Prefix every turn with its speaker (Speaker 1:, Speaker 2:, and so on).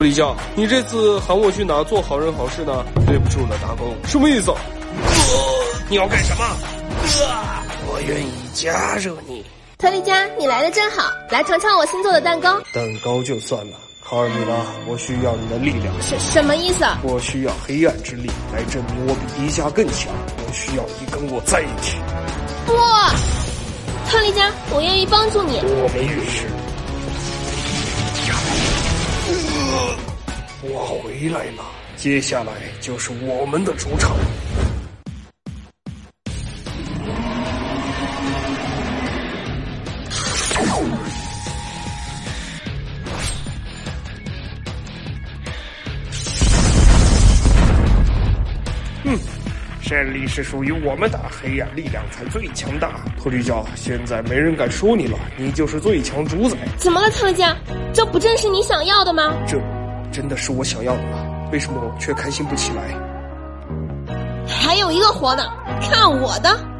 Speaker 1: 立教，你这次喊我去哪做好人好事呢？对不住了，大公。什么意思？呃、你要干什么？呃、
Speaker 2: 我愿意加入你。
Speaker 3: 特利迦，你来的正好，来尝尝我新做的蛋糕。
Speaker 2: 蛋糕就算了，卡尔米拉，我需要你的力量。
Speaker 3: 什什么意思？啊
Speaker 2: 我需要黑暗之力来证明我比迪迦更强。我需要你跟我在一起。
Speaker 3: 不，特利迦，我愿意帮助你。
Speaker 2: 我没意识。呃我回来了，接下来就是我们的主场。嗯，胜利是属于我们的，黑暗力量才最强大。特利迦，现在没人敢说你了，你就是最强主宰。
Speaker 3: 怎么了，特利迦？这不正是你想要的吗？
Speaker 2: 这真的是我想要的吗？为什么我却开心不起来？
Speaker 3: 还有一个活呢，看我的！